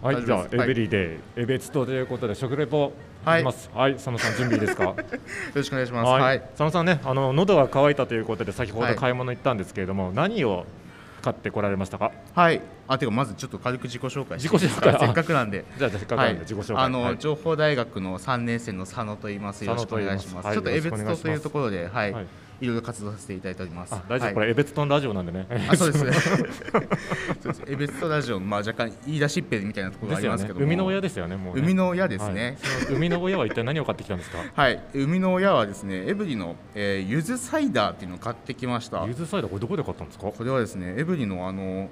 は大い、じ丈夫ゃあ、ですはエいブリデイ、エベツトということで、食レポはいいきます。はい、佐野さん、準備いいです か。よろしくお願いします。はい。佐野さんね、あの喉が渇いたということで、先ほはどい買い物行ったんですけれども、何を買ってこられましたか。はい。あ、てかまずちょっと軽く自己紹介していいですか自己紹介せっかくなんで。じゃあ、せっかくなんで自己紹介。あの、はい情報大学の3年生の佐野と言います。よろしくお願いします。佐野ちょっとと言江います別島というところで、はい、はいい、ろいろ活動させていただいております。あ、大丈は夫、いこれエベツトンラジオ なんでね。あそうです そうですエベストラジオの、まあ、若干言い出しっぺみたいなところでがあすりよますねけど。も海の親ですよね、もうね。生みの親ですねはい。その生みの親は一体何を買ってきたん ですか。はい生みの親はですねエブリの、えー、ゆずサイダーっていうのを買ってきましたゆずサイダー、これどこで買ったんですか。これはですねエブリのあのいも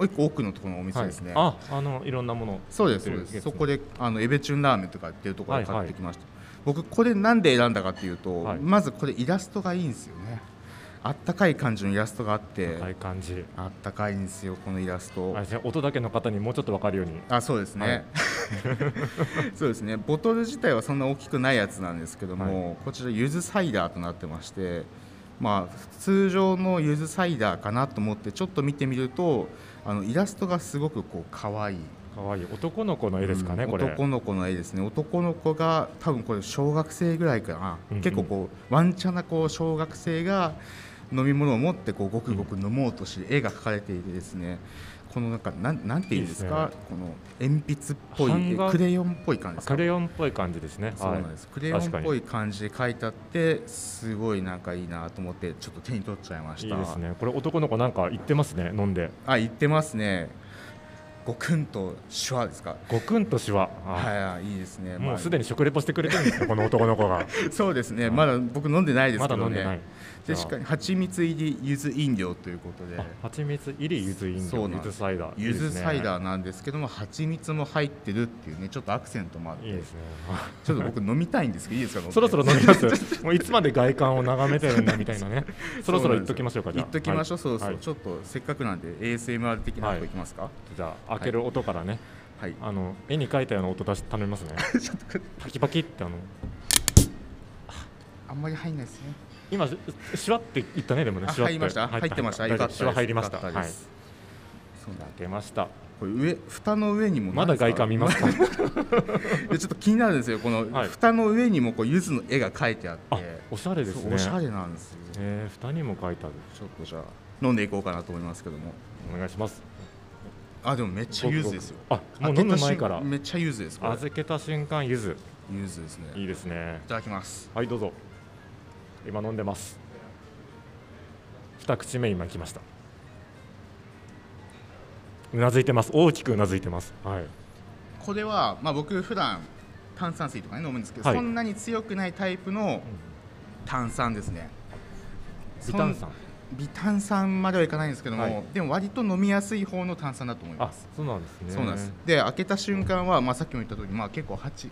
う一個奥のところのお店はいですね、あ、あの、いろんなもの。そうですそう売っでてるやすつそこであのエベチュンラーメンとかっていうところではい買はっいてきました、僕これなんで選んだかっていうと、はいまずこれイラストがいいんですよねあったかい感じのイラストがあって、はい、感じ。あったかいんですよこのイラスト、あれですね、音だけの方にもうちょっとわかるように。あそうですね、はい そうですねボトル自体はそんな大きくないやつなんですけども、こちらゆずサイダーとなってましてまあ通常のゆずサイダーかなと思ってちょっと見てみるとあのイラストがすごくこう可愛い可愛い男の子の絵ですかね、うんこれ。男の子の絵ですね男の子が多分これ小学生ぐらいかな、うんうん結構こうワンチャなこう小学生が飲み物を持ってこうごくごく飲もうとしてる絵が描かれていてですねこのなんかなんなんていうんですかこの鉛筆っぽい版画えクレヨンっぽい感じですカかレヨンっぽい感じですね。そうなんです、クレヨンっぽいい感じで描いてあってすごいなんかいいなと思ってちょっと手に取っちゃいましたいいですね。これ男の子なんか言ってますね。飲んで。あ言ってますねごくんと手話ですかごくんとしは。あはいいいですねもまうあすでに食レポしてくれてるんですよ。この男の子が。そう ですね、まだ僕飲んでないですまけだどね。飲んでない。でしかに蜂蜜入り柚子飲料ということであ、、蜂蜜入りゆず飲そ料、うなゆんですずサイダー。柚子サイー。ダーなんですけども、蜂蜜も入ってるっていうね、ちょっとアクセントもあって、いいですね。ちょっと僕飲みたいんですけど、いいですか？飲ん でそろそろ飲みます。 もういつまで外観を眺めてるんだみたいなね。そろそろ言っときましょうか。じゃ言あっときましょはいう。そろそはろいちょっとせっかくなんで ASMR 的なこといきますか？じゃあ開ける音からね。はい。あの絵に描いたような音出し頼みますね。 ちょっとこれパキパキってあの。あんまり入んないですね。今ししわって言ったねでもねあしわっ入りました。入ってました。よかったです。しわ入りましたよかったはでいすそうだ。出ましたこれ上蓋の上にもまだ外観見ますか でちょっと気になるんですよ、このはい蓋の上にもこう柚子の絵が描いてあって、あおしゃれですそうねおしゃれなんですよ、えー、蓋にも書いてあるちょっとじゃあ、飲んでいこうかなと思いますけども、お願いしますあでもめっちゃ柚子ですよ、あもう飲む開けた前瞬からめっちゃ柚子です、これ、預けた瞬間ゆず柚子ですね、いいいですねただきます、はいどうぞ今飲んでます二口目今来ましたうなずいてます大きくうなずいてますはいこれは、まあ、僕、普段炭酸水とかね、飲むんですけど、はいそんなに強くないタイプの炭酸ですね。微炭酸そん微炭酸まではいかないんですけども、はいでも割と飲みやすい方の炭酸だと思いまあす。そうなんですねそうなんですで開けた瞬間は、まあ、さっきも言った通り、まあ、結構蜂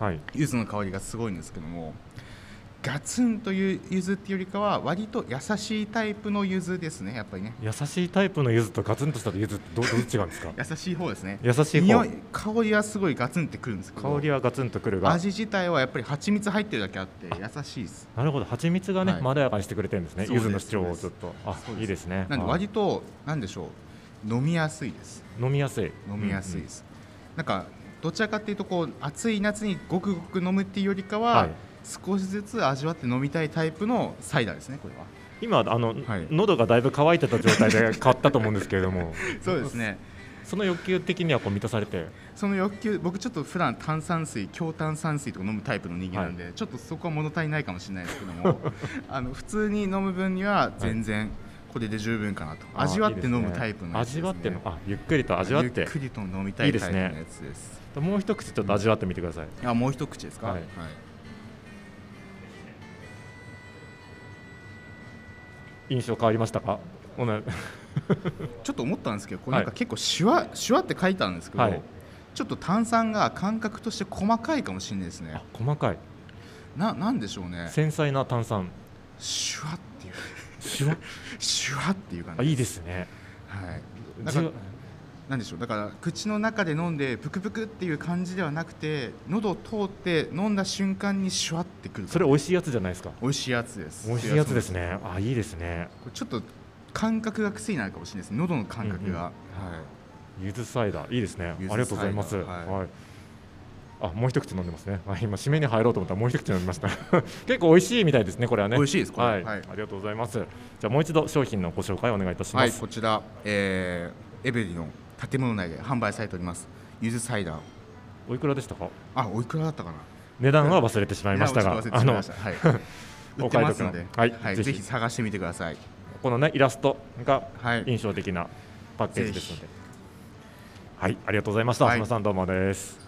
はい柚子の香りがすごいんですけどもガツンという柚子っていうよりかは割と優しいタイプの柚子ですねやっぱりね優しいタイプのゆずとガツンとしたゆずってどどう違うんですか優しい方ですね優しい方匂い香りはすごいガツンってくるんですけど香りはガツンとくるが味自体はやっぱり蜂蜜入ってるだけあって優しいですなるほど蜂蜜がね、はいまろやかにしてくれてるんですねそう柚です子の主張をちそょっうとあそういいですねなんであ割となんでしょう飲みやすいです飲みやすい飲みやすいです、なんかどちらかっていうとこう暑い夏にごくごく飲むっていうよりかは、はい少しずつ味わって飲みたいタイプのサイダーですねこれは今あの、はい喉がだいぶ乾いてた状態 で買ったと思うんですけれどもそうですねその欲求的にはこう満たされてその欲求僕ちょっと普段炭酸水強炭酸水とか飲むタイプの人間なんで、ちょっとそこは物足りないかもしれないですけ どもあの普通に飲む分には全然これで十分かなと、あ味わっていいです飲ねむタイプのやつです、味わってのあゆっくりと味わっゆてっくりと飲みたいタイプのやつですもう一口ちょっと味わってみてください、あもう一口ですか、はい印象変わりましたかおなちょっと思ったんですけどこれはないんか結構シュワ、シュワって書いてあるんですけど、はいちょっと炭酸が感覚として細かいかもしれないですねあ細かいななんでしょうね繊細な炭酸シュワっていうシュワシュワっていう感あじいいですねはい、なんじかゅなんでしょうだから口の中で飲んでプクプクっていう感じではなくて喉を通って飲んだ瞬間にシュワってくるそれ美味しいやつじゃないですか美味しいやつです美味しいやつですねねあいいですねちょっと感覚が癖になるかもしれないです喉の感う覚が、んうんはいゆずサイダーいいですねあり柚子サがイダーとうございますはいはいあもう一口飲んでますね。あ今締めに入ろうと思ったらもう一口飲みました。 結構美味しいみたいですね。これはね。美味しいですこれはい。はいありがとうございます。じゃあもう一度商品のご紹介をお願いいたしまはい、す。こちら、えーエベリの建物内で販売されております、ゆずサイダー。おいくらでしたか。あ、おいくらだったかな。値段は忘れてしまいましたが、値段あをのちょっと忘れてしまいましたはい、売おって買います得なので、ははいいぜぜひひ探してみてください。このねイラストがはい印象的なパッケージですので、はい、ありがとうございました。は浅い野さんどうもです。